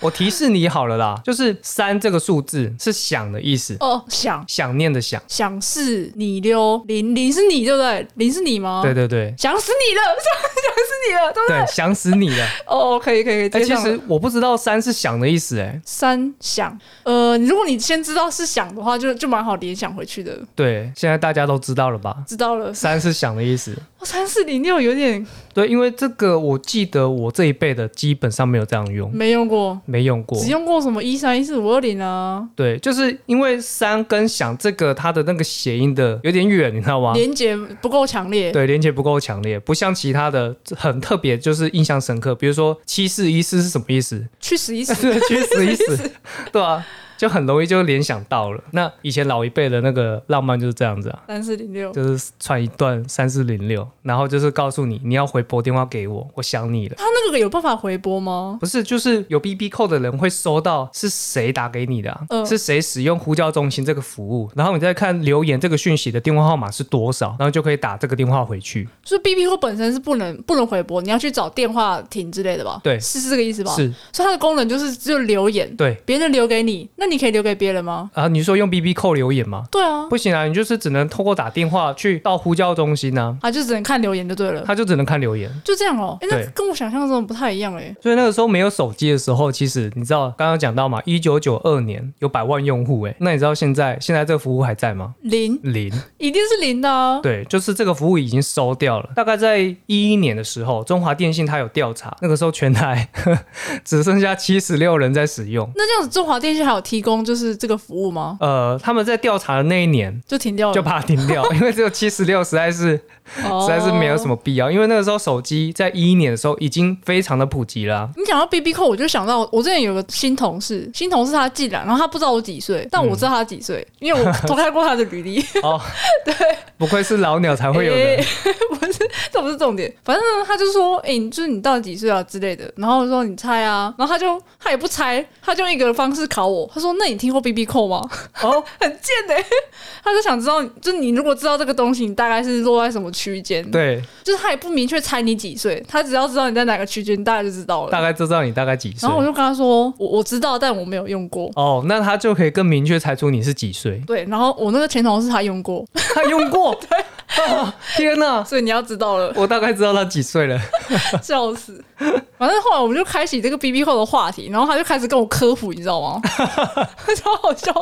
Speaker 2: 我提示你好了啦，就是三这个数字是想的意思，
Speaker 1: 哦，想
Speaker 2: 想念的想。
Speaker 1: 想是你溜零零是你对不对？零是你吗？
Speaker 2: 对对对
Speaker 1: 想死你了， [LAUGHS] 想死你了，对不对？
Speaker 2: 对，想死你了。
Speaker 1: 哦，可以可以可
Speaker 2: 哎、
Speaker 1: 以，接
Speaker 2: 其
Speaker 1: 上了
Speaker 2: 实我不知道三是想的意思、哎，
Speaker 1: 三想，呃，如果你先知道是想的话，就就蛮好联想回去的。
Speaker 2: 对，现在大家都知道了吧？
Speaker 1: 知道了，
Speaker 2: 三是想的意思。
Speaker 1: 我三四零六有点
Speaker 2: 对，因为这个我记得我这一辈的基本上没有这样用，
Speaker 1: 没用过，
Speaker 2: 没用过
Speaker 1: 只。用过什么一三一四五二零啊，
Speaker 2: 对，就是因为三跟想这个它的那个谐音的有点远，你知道吗？
Speaker 1: 连接不够强烈。
Speaker 2: 啊对，连接不够强烈，不像其他的很特别，就是印象深刻。比如说七四一四是什么意思？
Speaker 1: 去死一死，
Speaker 2: 对，去死一死，对啊，就很容易就联想到了。那以前老一辈的那个浪漫就是这样子啊，
Speaker 1: 三四零
Speaker 2: [LAUGHS]
Speaker 1: 六，
Speaker 2: 就是传一段三四零六，然后就是告诉你你要回拨电话给我，我想你了。
Speaker 1: 他那个有办法回拨吗？
Speaker 2: 不是，就是有 B B 扣的人会收到是谁打给你的、啊，
Speaker 1: 嗯
Speaker 2: 是谁使用呼叫中心这个服务，然后你再看留言这个讯息的电话号码是多少，然后就可以打这个电话回去。
Speaker 1: 所以 B B Q 本身是不能不能回拨，你要去找电话亭之类的吧？
Speaker 2: 对
Speaker 1: 是是这个意思吧？，
Speaker 2: 是，
Speaker 1: 所以它的功能就是只有留言，
Speaker 2: 对
Speaker 1: 别人留给你，那你可以留给别人吗？
Speaker 2: 啊，你说用 B B 扣留言吗？
Speaker 1: 对啊，
Speaker 2: 不行啊，你就是只能透过打电话去到呼叫中心啊，
Speaker 1: 啊，就只能看留言就对了，
Speaker 2: 他就只能看留言。
Speaker 1: 就这样哦、哎、
Speaker 2: 对
Speaker 1: 那跟我想象中的不太一样哎、
Speaker 2: 所以那个时候没有手机的时候，其实你知道刚刚讲到嘛，一九九二年有百万用户、欸，那你知道现在现在这个服务还在吗？
Speaker 1: 零
Speaker 2: 零，
Speaker 1: 一定是零的啊。
Speaker 2: 对，就是这个服务已经收掉了。大概在一一年的时候，中华电信它有调查，那个时候全台 [LAUGHS] 只剩下七十六人在使用。
Speaker 1: 那这样子，中华电信还有提供就是这个服务吗？
Speaker 2: 呃，他们在调查的那一年
Speaker 1: 就停掉了，哦
Speaker 2: 就把它
Speaker 1: [LAUGHS]
Speaker 2: 停掉，因为只有七十六，实在是
Speaker 1: 实
Speaker 2: 实在是没有什。么必要。因为那个时候手机在一一年的时候已经非常的普及了啊、
Speaker 1: 你讲到 B B 扣，我就想到我之前有个新同事，新同事他进来，然后他不知道我几岁，但
Speaker 2: 嗯
Speaker 1: 我知道他几岁，因为我偷看过他的履历。
Speaker 2: 哦，对，不愧是老鸟才会有
Speaker 1: 诶
Speaker 2: 的。
Speaker 1: 不是， [LAUGHS] 这不是重点。反正呢，他就说：“哎、你就是你到底几岁啊之类的。”然后我说：“你猜啊。”然后他就他也不猜，他就用一个方式考我。他说：“那你听过 B B 扣吗？”
Speaker 2: 哦，
Speaker 1: [LAUGHS] 很贱哎、他就想知道，就是你如果知道这个东西，你大概是落在什么区间？，
Speaker 2: 对，
Speaker 1: 就是他也不明确猜你几岁，他只要知道你在哪个区间，大概就知道
Speaker 2: 大
Speaker 1: 了。
Speaker 2: 概知道你大概几岁
Speaker 1: 然。后我就跟他说，我我知道，但我没有用过。。
Speaker 2: 哦，那他就可以更明确猜出你是几岁
Speaker 1: 对，然后我那个前同事他用过，
Speaker 2: 他用
Speaker 1: [LAUGHS]
Speaker 2: 过，哦 [LAUGHS] 天哪！
Speaker 1: 所以你要知道了，
Speaker 2: 我大概知道他几岁了。
Speaker 1: 笑死。反正后来我们就开启这个 B B 后的话题，然后他就开始跟我科普，你知道
Speaker 2: [LAUGHS]
Speaker 1: 吗？超好笑，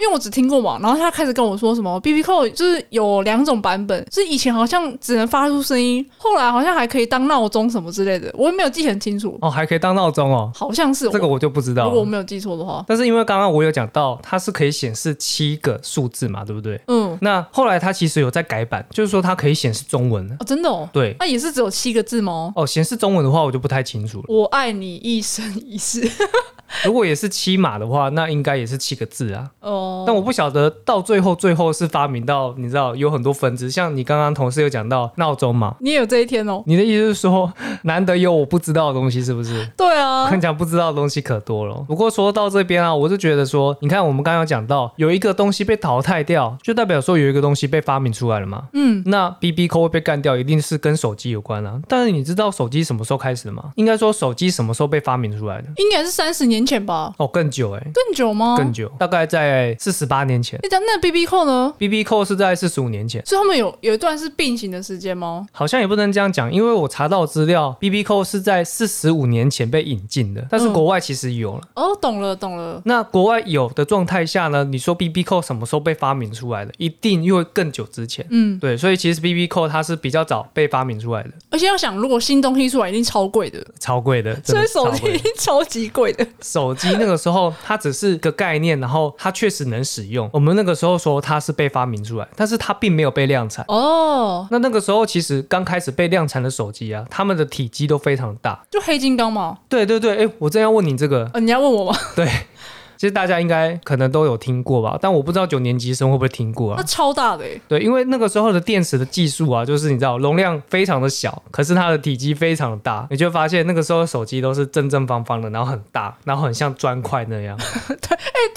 Speaker 1: 因为我只听过嘛。然后他开始跟我说什么 B B 扣就是有两种版本，是以前好像只能发出声音，后来好像还可以当闹钟什么之类的，我也没有记很清楚，
Speaker 2: 哦，还可以当闹钟哦，
Speaker 1: 好像是
Speaker 2: 这个
Speaker 1: 我
Speaker 2: 我就不知道
Speaker 1: 如果我
Speaker 2: 了。
Speaker 1: 没有记错的话，
Speaker 2: 但是因为刚刚我有讲到，它是可以显示七个数字嘛，对不对？
Speaker 1: 嗯，
Speaker 2: 那后来它其实有在改版，就是说它可以显示中文。
Speaker 1: 哦，真的哦，
Speaker 2: 对，
Speaker 1: 那、也是只有七个字吗？
Speaker 2: 哦，显示中文的话我就不太清楚了。
Speaker 1: 我爱你一生一世 [LAUGHS]
Speaker 2: 如果也是七码的话，那应该也是七个字啊。
Speaker 1: 哦，
Speaker 2: 但我不晓得到最后，最后是发明到你知道有很多分支，像你刚刚同事有讲到闹钟嘛，
Speaker 1: 你也有这一天哦，
Speaker 2: 你的意思是说难得有我不知道的东西，是不是？
Speaker 1: 对
Speaker 2: 我
Speaker 1: 啊
Speaker 2: 跟，你讲，不知道的东西可多了。不过说到这边啊，我是觉得说，你看我们刚刚有讲到有一个东西被淘汰掉，就代表说有一个东西被发明出来了嘛。
Speaker 1: 嗯，
Speaker 2: 那 B B 扣会被干掉，一定是跟手机有关啊。但是你知道手机什么时候开始的吗？应该说手机什么时候被发明出来的？
Speaker 1: 应该是三十年前吧，
Speaker 2: 哦，更久哎、
Speaker 1: 更久吗？
Speaker 2: 更久，大概在四十八
Speaker 1: [LAUGHS]
Speaker 2: 年前。
Speaker 1: 哎那讲那 B B 扣呢？
Speaker 2: B B 扣是在四十五年前。
Speaker 1: 所以他们有有一段是并行的时间吗？
Speaker 2: 好像也不能这样讲，因为我查到资料，B B 扣是在四十五年前被引进的，但是
Speaker 1: 嗯
Speaker 2: 国外其实有了。
Speaker 1: 哦，懂了懂了，
Speaker 2: 那国外有的状态下呢，你说 B B 扣什么时候被发明出来的？一定又会更久之前。
Speaker 1: 嗯，
Speaker 2: 对，所以其实 B B 扣它是比较早被发明出来的，
Speaker 1: 而且要想，如果新东西出来，一定超贵的，
Speaker 2: 超
Speaker 1: [LAUGHS]
Speaker 2: 贵的。真
Speaker 1: 所
Speaker 2: 的
Speaker 1: 以
Speaker 2: 是
Speaker 1: 手
Speaker 2: 超贵
Speaker 1: 机一定超级贵的。
Speaker 2: 手机那个时候它只是个概念，然后它确实能使用。我们那个时候说它是被发明出来，但是它并没有被量产。
Speaker 1: 哦，
Speaker 2: 那那个时候其实刚开始被量产的手机啊，它们的体积都非常大。
Speaker 1: 就黑金刚嘛？ [LAUGHS] 哦
Speaker 2: 对对对，哎，我正要问你这个，
Speaker 1: 呃，你要问我吗？
Speaker 2: 对，其实大家应该可能都有听过吧，但我不知道九年级生会不会听过
Speaker 1: 那
Speaker 2: 啊？
Speaker 1: 超大的、欸，
Speaker 2: 对，因为那个时候的电池的技术啊，就是你知道容量非常的小，可是它的体积非常的大，你就会发现那个时候的手机都是正正方方的，然后很大，然后很像砖块那样，
Speaker 1: 哎、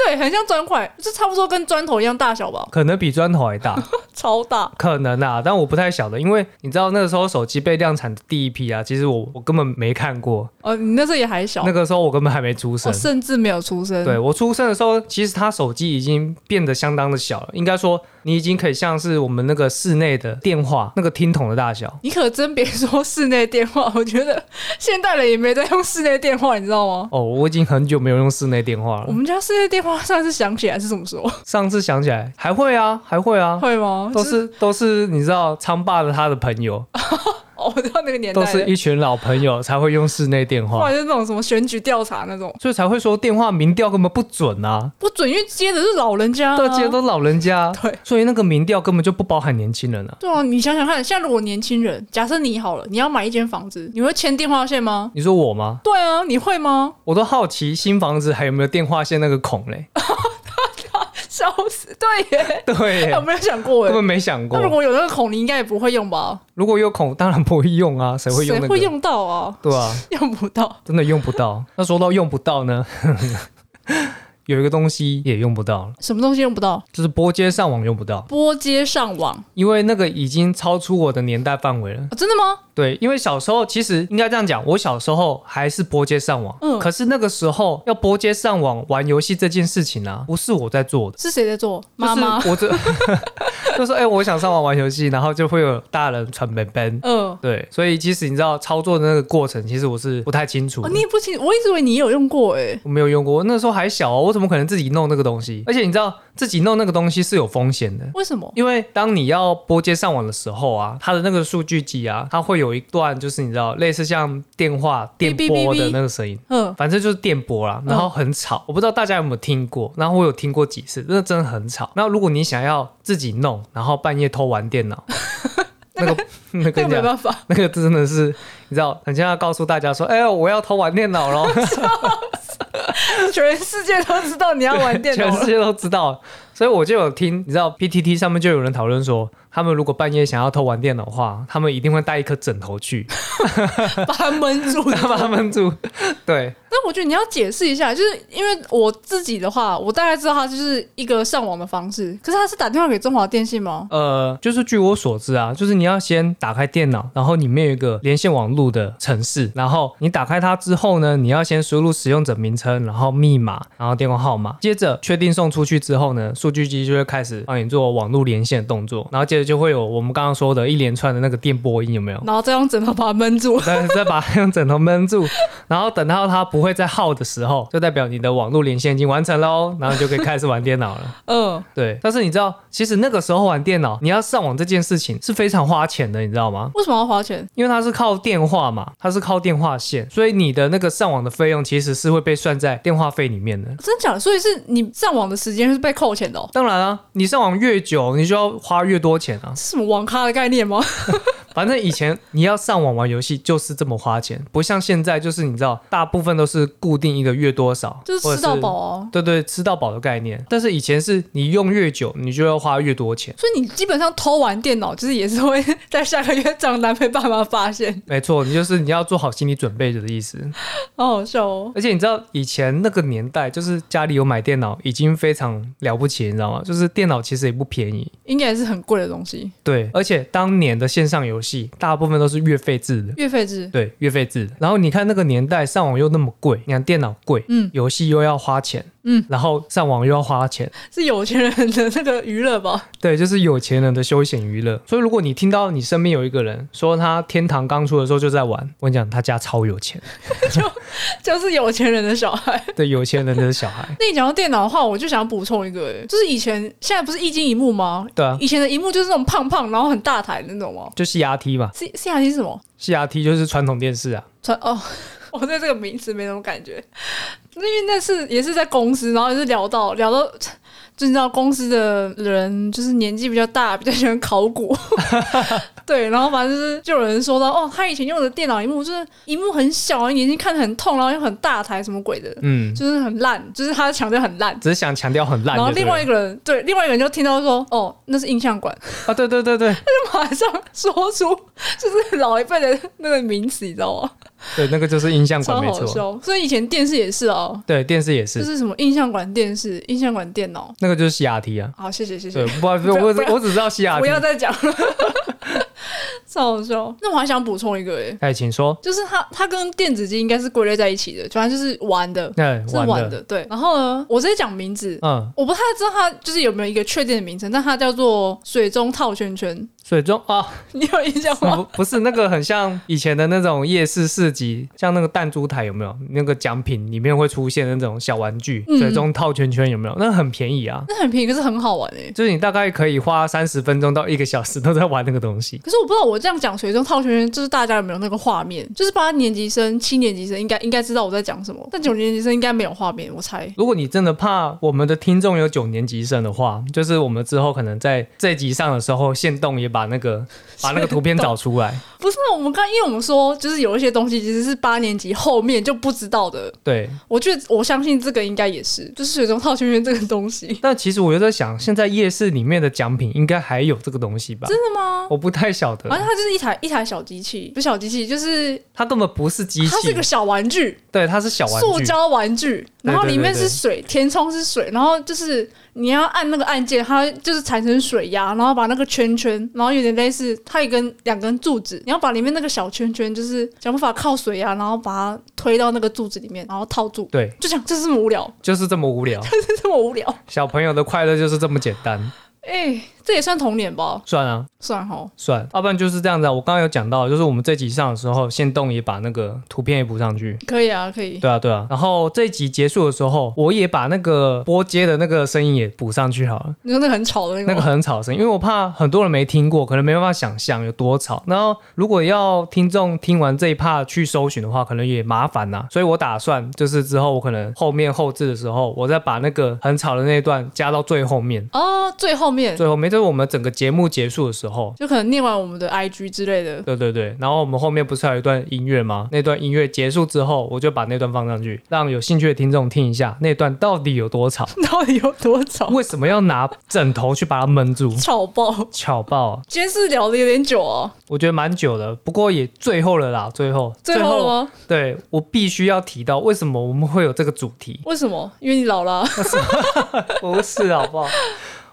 Speaker 1: 对，很像砖块，就差不多跟砖头一样大小吧，
Speaker 2: 可能比砖头还大，
Speaker 1: 超大。
Speaker 2: 可能啊，但我不太晓得，因为你知道那个时候手机被量产的第一批啊，其实我我根本没看过，
Speaker 1: 哦，你那时候也还小，
Speaker 2: 那个时候我根本还没出生
Speaker 1: 我。哦甚至没有出生。
Speaker 2: 对我出生的时候，其实他手机已经变得相当的小了，应该说你已经可以像是我们那个室内的电话那个听筒的大小。
Speaker 1: 你可真别说室内电话，我觉得现代人也没在用室内电话，你知道吗？
Speaker 2: 哦，我已经很久没有用室内电话
Speaker 1: 我
Speaker 2: 了。
Speaker 1: 们家室内电话上次想起来是怎么说？
Speaker 2: 上次想起来还会啊，还会啊，
Speaker 1: 会吗？
Speaker 2: 都
Speaker 1: 就是
Speaker 2: 都是你知道昌爸的他的朋友，
Speaker 1: 哦，我知道那个年代
Speaker 2: 都
Speaker 1: 的，
Speaker 2: 是一群老朋友才会用室内电
Speaker 1: 后
Speaker 2: 话
Speaker 1: 来，就是那种什么选举调查那种，
Speaker 2: 所以才会说电话民调根本不准啊，
Speaker 1: 不准，因为接的是老人家、啊，
Speaker 2: 大家都老人家，
Speaker 1: 对。
Speaker 2: 所以那个民调根本就不包含年轻人啊。
Speaker 1: 对啊，你想想看，现在如果年轻人，假设你好了，你要买一间房子，你会签电话线吗？
Speaker 2: 你说我吗？
Speaker 1: 对啊，你会吗？ [LAUGHS]
Speaker 2: 我都好奇新房子还有没有电话线那个孔嘞？
Speaker 1: 笑死，对耶，
Speaker 2: 对耶
Speaker 1: [LAUGHS] 哎我没有想过
Speaker 2: 根
Speaker 1: 哎。
Speaker 2: 本没想过
Speaker 1: 那如。果有那个孔，你应该也不会用吧？
Speaker 2: 如果有孔，当然不会用啊，谁会用那
Speaker 1: 谁
Speaker 2: 个？
Speaker 1: 会用到啊？ [LAUGHS]
Speaker 2: 对啊，
Speaker 1: 用不到。
Speaker 2: 真的用不
Speaker 1: [LAUGHS]
Speaker 2: 到。那说到用不到呢， [LAUGHS] 有一个东西也用不到了，
Speaker 1: 什么东西用不到？
Speaker 2: 就是拨接上网用不到，
Speaker 1: 拨接上网、
Speaker 2: 因为那个已经超出我的年代范围了。
Speaker 1: 啊真的吗？
Speaker 2: 对，因为小时候其实应该这样讲，我小时候还是拨接上网，
Speaker 1: 嗯
Speaker 2: 可是那个时候要拨接上网玩游戏这件事情啊，不是我在做的。
Speaker 1: 是谁在做？妈妈。
Speaker 2: 就是我这 [LAUGHS] 就说哎、我想上网玩游戏，然后就会有大人传本本。
Speaker 1: [LAUGHS] 嗯、
Speaker 2: 对，所以即使你知道操作的那个过程，其实我是不太清楚的。
Speaker 1: 哦，你也不清，我一直以为你有用过哎、
Speaker 2: 我没有用过，我那时候还小哦，我怎么可能自己弄那个东西？而且你知道，自己弄那个东西是有风险的。
Speaker 1: 为什么？
Speaker 2: 因为当你要拨接上网的时候啊，它的那个数据集啊，它会有一段就是你知道类似像电话电波的那个声音，
Speaker 1: 嗯，
Speaker 2: 反正就是电波啦，然后很吵，我不知道大家有没有听过，然后我有听过几次，那真的很吵。那如果你想要自己弄，然后半夜偷玩
Speaker 1: [LAUGHS]
Speaker 2: 电脑，那个那
Speaker 1: 那
Speaker 2: 个
Speaker 1: 个没办法，
Speaker 2: [LAUGHS] 那个真的是，你知道，很像要告诉大家说，哎、我要偷玩电脑
Speaker 1: [LAUGHS]
Speaker 2: 喽，
Speaker 1: 全世界都知道你要玩电脑
Speaker 2: 全世
Speaker 1: 了。
Speaker 2: 界都知道。所以我就有听，你知道 PTT 上面就有人讨论说，他们如果半夜想要偷玩电脑的话，他们一定会带一颗枕头去， [LAUGHS]
Speaker 1: [LAUGHS] 把它闷住。
Speaker 2: 他把他们住。对，
Speaker 1: 但我觉得你要解释一下，就是因为我自己的话，我大概知道它就是一个上网的方式。可是它是打电话给中华电信吗？
Speaker 2: 呃，就是据我所知啊，就是你要先打开电脑，然后里面有一个连线网路的程式，然后你打开它之后呢，你要先输入使用者名称，然后密码，然后电话号码，接着确定送出去之后呢，数据机就会开始帮你做网路连线的动作，然后接着就会有我们刚刚说的一连串的那个电波音，有没 [LAUGHS] 有？
Speaker 1: 然后再用枕头把它闷住。
Speaker 2: 再再把它用枕头闷住，然后等到它不会再耗的时候，就代表你的网络连线已经完成喽，然后你就可以开始玩电脑了。
Speaker 1: 嗯，
Speaker 2: 对，但是你知道，其实那个时候玩电脑，你要上网这件事情是非常花钱的，你知道吗？
Speaker 1: 为什么要花钱？
Speaker 2: 因为它是靠电话嘛，它是靠电话线，所以你的那个上网的费用其实是会被算在电话费里面的。
Speaker 1: 真假的？所以是你上网的时间是被扣钱的、哦？
Speaker 2: 当然啊，你上网越久，你就要花越多钱啊。
Speaker 1: 是什么网咖的概念吗？ [LAUGHS]
Speaker 2: 反正以前你要上网玩游戏就是这么花钱，不像现在，就是你知道，大部分都是固定一个月多少，
Speaker 1: 就是吃到饱。啊。
Speaker 2: 对对，吃到饱的概念。但是以前是你用越久，你就要花越多钱。
Speaker 1: 所以你基本上偷玩电脑，就是也是会在下个月账单被爸妈发现，
Speaker 2: 没错，你就是你要做好心理准备的意思。
Speaker 1: 好好笑哦。
Speaker 2: [LAUGHS] 而且你知道以前那个年代，就是家里有买电脑已经非常了不起，你知道吗？就是电脑其实也不便宜。
Speaker 1: 应该也是很贵的东西，
Speaker 2: 对，而且当年的线上游戏大部分都是月费制的。
Speaker 1: 月费制。
Speaker 2: 对，月费制的。然后你看那个年代上网又那么贵，你看电脑贵，
Speaker 1: 嗯，
Speaker 2: 游戏又要花钱，
Speaker 1: 嗯，
Speaker 2: 然后上网又要花钱，
Speaker 1: 是有钱人的那个娱乐吧？
Speaker 2: 对，就是有钱人的休闲娱乐。所以如果你听到你身边有一个人说他天堂刚出的时候就在玩，我跟你讲，他家超
Speaker 1: [LAUGHS]
Speaker 2: 有钱，
Speaker 1: 就是有钱人的小孩。 [LAUGHS]
Speaker 2: 对，有钱人的小孩，
Speaker 1: 那你讲到电脑的话，我就想补充一个、欸，就是以前现在不是一金一幕吗？
Speaker 2: 对啊，
Speaker 1: 以前的荧幕就是那种胖胖，然后很大台的那种
Speaker 2: [LAUGHS]
Speaker 1: 吗
Speaker 2: 就 CRT 嘛
Speaker 1: ？C C R T 是什么？
Speaker 2: ，CRT 就是传统电视啊。
Speaker 1: 传哦， [LAUGHS] 我对这个 [LAUGHS] 名词没什么感觉，因为那是也是在公司，然后也是聊到聊到就你知道公司的人就是年纪比较大，比较喜欢考古， [LAUGHS] 对，然后反正就是就有人说到哦，他以前用的电脑荧幕就是荧幕很小，眼睛看得很痛，然后又很大台什么鬼的，
Speaker 2: 嗯，
Speaker 1: 就是很烂，就是他强调很烂。
Speaker 2: 只是想强调很烂
Speaker 1: 然
Speaker 2: 就
Speaker 1: 后
Speaker 2: 对了。
Speaker 1: 另外一个人，对，另外一个人就听到说，哦，那是印象馆， [LAUGHS]
Speaker 2: 啊，对对对对
Speaker 1: 就马上说出 [LAUGHS] 就是老一辈的那个名词，你知道吗？
Speaker 2: 对，那个就是印象
Speaker 1: 超
Speaker 2: 馆没
Speaker 1: [LAUGHS] 好
Speaker 2: 错。
Speaker 1: 笑。所以以前电视也是哦，
Speaker 2: 对，电视也，
Speaker 1: 就是是什么印象馆电视、印象馆电脑。
Speaker 2: 那个就是西雅提啊。
Speaker 1: 好，谢谢谢谢
Speaker 2: 对，，不好意思，
Speaker 1: [LAUGHS] 不要
Speaker 2: 我
Speaker 1: 不
Speaker 2: 只
Speaker 1: 要
Speaker 2: 我只知道西雅
Speaker 1: 不
Speaker 2: 提。
Speaker 1: 要再讲了， [LAUGHS] 超好笑。那我还想补充一个，哎，
Speaker 2: 哎，请说。
Speaker 1: 就是它它跟电子机应该是归类在一起的，主要就是玩的，
Speaker 2: 那
Speaker 1: 是玩的。对，然后呢，我直接讲名字。
Speaker 2: 哎嗯，
Speaker 1: 我不太知道它就是有没有一个确定的名称，但它叫做水中套圈圈，
Speaker 2: 水中啊，
Speaker 1: [LAUGHS] 你有印象吗？
Speaker 2: 不不是那个很像以前的那种夜市市集，像那个弹珠台有没有？那个奖品里面会出现那种小玩具，
Speaker 1: 嗯
Speaker 2: 水中套圈圈有没有？那很便宜啊，
Speaker 1: 那很便宜，可是很好玩哎、
Speaker 2: 就是你大概可以花三十分钟到一个小时都在玩那个东西。
Speaker 1: 可是我不知道我这样讲水中套圈圈，就是大家有没有那个画面？就是八年级生、七年级生应该应该知道我在讲什么，但九年级生应该没有画面，我猜。
Speaker 2: 如果你真的怕我们的听众有九年级生的话，就是我们之后可能在这一集上的时候，限动也把那
Speaker 1: [LAUGHS]
Speaker 2: 个把那个图片找出来。
Speaker 1: 不是啊，我们刚因为我们说，就是有一些东西其实是八年级后面就不知道的。
Speaker 2: 对，
Speaker 1: 我觉得我相信这个应该也是，就是水中套圈圈这个东西，
Speaker 2: 但其实我就在想，现在夜市里面的奖品应该还有这个东西吧？
Speaker 1: 真的吗？
Speaker 2: 我不太晓
Speaker 1: 反
Speaker 2: 得，
Speaker 1: 正它就是一台一台小机器，不是小机器，就是
Speaker 2: 它根本不是机
Speaker 1: 啊它是
Speaker 2: 器
Speaker 1: 个，小玩具，
Speaker 2: 对，它是小玩
Speaker 1: 塑
Speaker 2: 具。
Speaker 1: 胶玩具，然后
Speaker 2: 对对
Speaker 1: 里面
Speaker 2: 对对
Speaker 1: 是水，填充是水，然后就是你要按那个按键，它就是产生水压，然后把那个圈圈，然后有点类似它有一根两根柱子，你要把里面那个小圈圈，就是想办法靠水压，然后把它推到那个柱子里面，然后套住。
Speaker 2: 对，
Speaker 1: 就讲这这么无聊，
Speaker 2: 就是这么无聊。
Speaker 1: [LAUGHS] 这这么无聊，
Speaker 2: 小朋友的快乐就是这么简单。
Speaker 1: 哎、这也算童年吧？
Speaker 2: 算啊，
Speaker 1: 算哈，
Speaker 2: 算，要不然就是这样子、啊。我刚刚有讲到，就是我们这集上的时候，限动也把那个图片也补上去。
Speaker 1: 可以啊，可以。
Speaker 2: 对啊，对啊。然后这一集结束的时候，我也把那个播接的那个声音也补上去好了。
Speaker 1: 你说那个很吵的那个
Speaker 2: 那
Speaker 1: 吗，
Speaker 2: 个很吵的声音，因为我怕很多人没听过，可能没办法想象有多吵。然后如果要听众听完这一 part 去搜寻的话，可能也麻烦呐、所以我打算就是之后我可能后面后置的时候，我再把那个很吵的那一段加到最后面。
Speaker 1: 哦，最后面
Speaker 2: 最后面就是我们整个节目结束的时候，
Speaker 1: 就可能念完我们的 IG 之类的， [LAUGHS]
Speaker 2: 对对对，然后我们后面不是还有一段音乐吗？那段音乐结束之后，我就把那段放上去，让有兴趣的听众听一下那段到底有多吵， [LAUGHS]
Speaker 1: 到底有多吵？
Speaker 2: 为什么要拿枕头去把它闷住，
Speaker 1: 吵爆！
Speaker 2: 巧爆！
Speaker 1: 今天是聊的有点久哦，
Speaker 2: 我觉得蛮久的，不过也最后了啦，最后
Speaker 1: 最后了吗？，
Speaker 2: 对我必须要提到为什么我们会有这个主题
Speaker 1: 为什么？因为你老了啊，
Speaker 2: [LAUGHS] 不是好不好？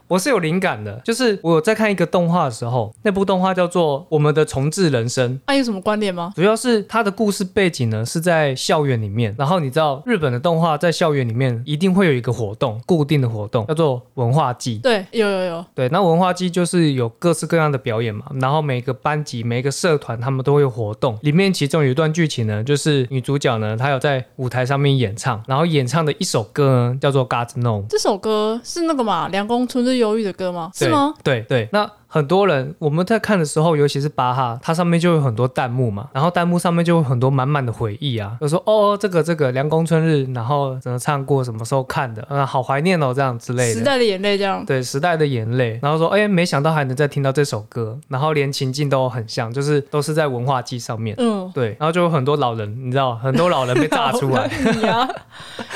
Speaker 2: 我是有灵感的，就是我有在看一个动画的时候，那部动画叫做《我们的重置人生》，
Speaker 1: [LAUGHS] 啊有什么关联吗？
Speaker 2: 主要是它的故事背景呢是在校园里面，然后你知道日本的动画在校园里面一定会有一个活动，固定的活动叫做文化祭。
Speaker 1: 对，有有有，
Speaker 2: 对，那文化祭就是有各式各样的表演嘛，然后每个班级、每个社团他们都会有活动。里面其中有一段剧情呢，就是女主角呢，她有在舞台上面演唱，然后演唱的一首歌呢叫做《God Knows》。
Speaker 1: 这首歌是那个嘛，凉宫春日忧郁的歌吗？是吗？
Speaker 2: 对对，那很多人我们在看的时候，尤其是巴哈，它上面就有很多弹幕嘛，然后弹幕上面就有很多满满的回忆啊，就说哦这个这个凉宫春日，然后怎么唱过，什么时候看的，嗯，好怀念哦这样之类
Speaker 1: 时
Speaker 2: 的。
Speaker 1: 代的眼泪这样，
Speaker 2: 对时代的眼泪，然后说，哎，没想到还能再听到这首歌，然后连情境都很像，就是都是在文化祭上面，
Speaker 1: 嗯，
Speaker 2: 对，然后就有很多老人，你知道，很多老人被炸
Speaker 1: [LAUGHS]
Speaker 2: 出来，
Speaker 1: 你啊，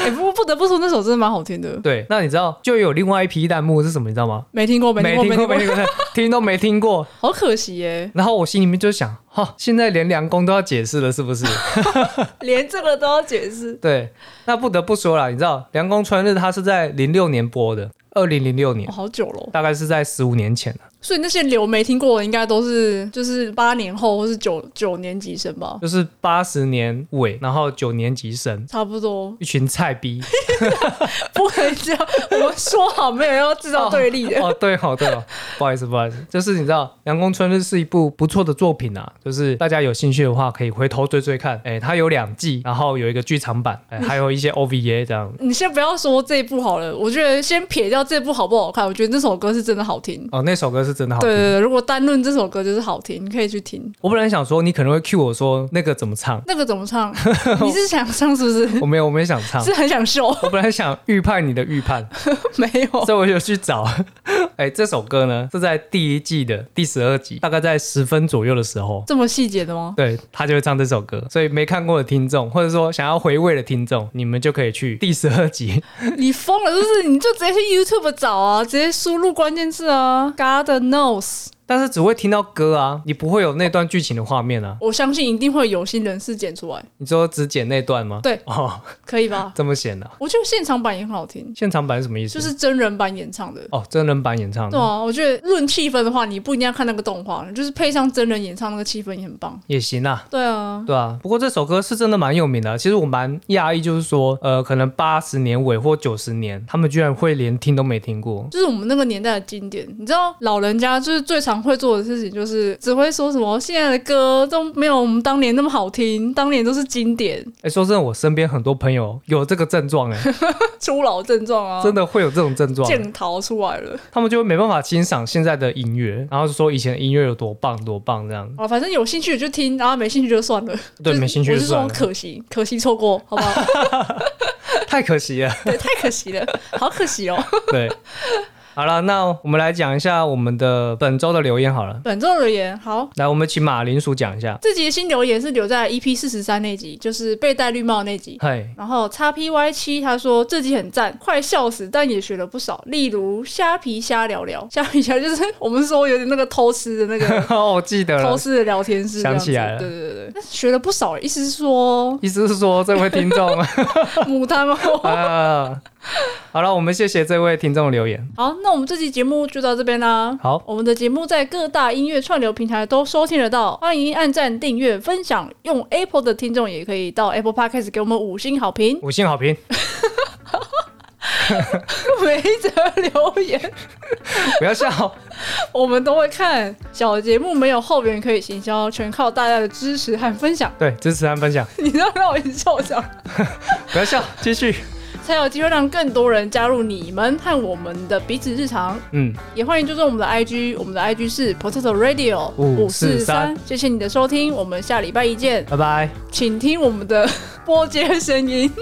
Speaker 1: 哎，不过不得不说那首真的蛮好听的，
Speaker 2: 对，那你知道就有另外一批弹幕是什么，你知道吗？
Speaker 1: 没听过，没听过，
Speaker 2: 没
Speaker 1: 没
Speaker 2: 听过，没听过，听都没听过，
Speaker 1: 好可惜耶，
Speaker 2: 然后我心里面就想，哈、现在连梁公都要解释了，是
Speaker 1: [LAUGHS]
Speaker 2: 不是？
Speaker 1: 连这个都要解释，
Speaker 2: 对，那不得不说啦，你知道梁公春日他是在零六年播的，二零零六年
Speaker 1: [LAUGHS] 哦，，好久了，
Speaker 2: 大概是在十五年前啊了
Speaker 1: 所以那些留没听过的，应该都是就是八年后或是九九年级生吧，
Speaker 2: 就是八十年尾，然后九年级生。
Speaker 1: 差不多，
Speaker 2: 一群
Speaker 1: [LAUGHS]
Speaker 2: 菜逼
Speaker 1: 不能这样， [LAUGHS] 我们说好没有要制造对立的。
Speaker 2: 哦，对哦，对哦，不好意思，不好意思，就是你知道《梁公春日》是一部不错的作品啊，就是大家有兴趣的话可以回头追追看，哎，它有两季，然后有一个剧场版，
Speaker 1: 嗯
Speaker 2: 哎，还有一些 OVA 这样，
Speaker 1: 你先不要说这一部好了，我觉得先撇掉这部好不好看，我觉得那首歌是真的好听。
Speaker 2: 哦，那首歌是真的好听。
Speaker 1: 对对对，如果单论这首歌就是好听，你可以去听。
Speaker 2: 我本来想说你可能会 cue 我说那个怎么唱，
Speaker 1: 那个怎么
Speaker 2: [LAUGHS]
Speaker 1: 唱？你是想唱是不是？
Speaker 2: 我没有，我没有想唱。
Speaker 1: 是很想秀？
Speaker 2: 我本来想预判你的预判，
Speaker 1: [LAUGHS] 没有。
Speaker 2: 所以我就去找。 [LAUGHS] 哎、这首歌呢是在第一季的第十二集，大概在十分左右的时候，
Speaker 1: 这么细节的吗？
Speaker 2: 对他就会唱这首歌。所以没看过的听众，或者说想要回味的听众，你们就可以去第十二集。 [LAUGHS]
Speaker 1: 你疯了是不是？你就直接去 YouTube 找啊，直接输入关键字啊，Garden Knows。
Speaker 2: 但是只会听到歌啊，你不会有那段剧情的画面啊。
Speaker 1: 我相信一定会有心人士剪出来，
Speaker 2: 你说只剪那段吗？
Speaker 1: 对
Speaker 2: 哦，
Speaker 1: 可以
Speaker 2: [LAUGHS]
Speaker 1: 吧？
Speaker 2: 这么显啊？
Speaker 1: 我觉得现场版也很好听，
Speaker 2: 现场版是什么意思？
Speaker 1: 就是真人版演唱的。
Speaker 2: 哦，真人版演唱
Speaker 1: 对
Speaker 2: 的
Speaker 1: 啊，我觉得论气氛的话，你不一定要看那个动画，就是配上真人演唱那个气氛也很棒。
Speaker 2: 也行啊。
Speaker 1: 对啊，
Speaker 2: 对啊，不过这首歌是真的蛮有名的。啊其实我蛮讶异，就是说，呃，可能八十年尾或九十年，他们居然会连听都没听过。
Speaker 1: 就是我们那个年代的经典。你知道，老人家就是最常会做的事情，就是只会说什么现在的歌都没有我们当年那么好听，当年都是经典， [LAUGHS]
Speaker 2: 哎，说真的，我身边很多朋友有这个症状， [LAUGHS] 哎，
Speaker 1: 初老症状啊，
Speaker 2: 真的会有这种症状，
Speaker 1: 剑逃出来了。
Speaker 2: 他们就会没办法欣赏现在的音乐，然后就说以前的音乐有多棒多棒这样。
Speaker 1: 啊，反正有兴趣就听，然后没兴趣就算了。
Speaker 2: 对，
Speaker 1: 就是
Speaker 2: 没兴趣
Speaker 1: 我
Speaker 2: 就是
Speaker 1: 说
Speaker 2: 算了，
Speaker 1: 可惜，可惜错过，好不
Speaker 2: [LAUGHS]
Speaker 1: 好？
Speaker 2: 太可惜了。 [LAUGHS]
Speaker 1: 对，太可惜了，好可惜哦。
Speaker 2: 对，好了，那我们来讲一下我们的本周的留言好了。
Speaker 1: 本周留言好。
Speaker 2: 来，我们请马铃薯讲一下。
Speaker 1: 这集的新留言是留在 EP 四十三那集，就是被戴绿帽那集。
Speaker 2: 嗨，
Speaker 1: 然后 x P Y 七他说这集很赞，快笑死，但也学了不少，例如虾皮瞎聊聊，虾皮瞎就是我们说有点那个偷吃的那
Speaker 2: [LAUGHS]
Speaker 1: 个
Speaker 2: [LAUGHS] 哦，我记得
Speaker 1: 偷
Speaker 2: 了。
Speaker 1: 吃的聊天室这样子，
Speaker 2: 想起来了
Speaker 1: 对对对对，但学了不少，意思是说
Speaker 2: 意思是说，这位听 [LAUGHS] 众哦
Speaker 1: 母汤哦。
Speaker 2: [LAUGHS] 啊，好了，我们谢谢这位听众留言。
Speaker 1: 好，那我们这期节目就到这边啦。
Speaker 2: 好，
Speaker 1: 我们的节目在各大音乐串流平台都收听得到，欢迎按赞、订阅、分享。用 Apple 的听众也可以到 Apple Podcast 给我们五星好
Speaker 2: [LAUGHS]
Speaker 1: 评。
Speaker 2: 五星好评，
Speaker 1: 每一则留言
Speaker 2: 不要笑。
Speaker 1: 我们都会看。小节目没有后援可以行销，全靠大家的支持和分享。 [LAUGHS]
Speaker 2: 对，支持和分享，
Speaker 1: 你要让我一直笑场，
Speaker 2: 不要笑，继续。
Speaker 1: 才有机会让更多人加入你们和我们的彼此日常。
Speaker 2: 嗯，
Speaker 1: 也欢迎追踪我们的 IG，我们的 IG 是 Potato Radio
Speaker 2: 543。
Speaker 1: 谢谢你的收听，我们下礼拜一见。
Speaker 2: 拜拜。
Speaker 1: [LAUGHS] 请听我们的播接声音。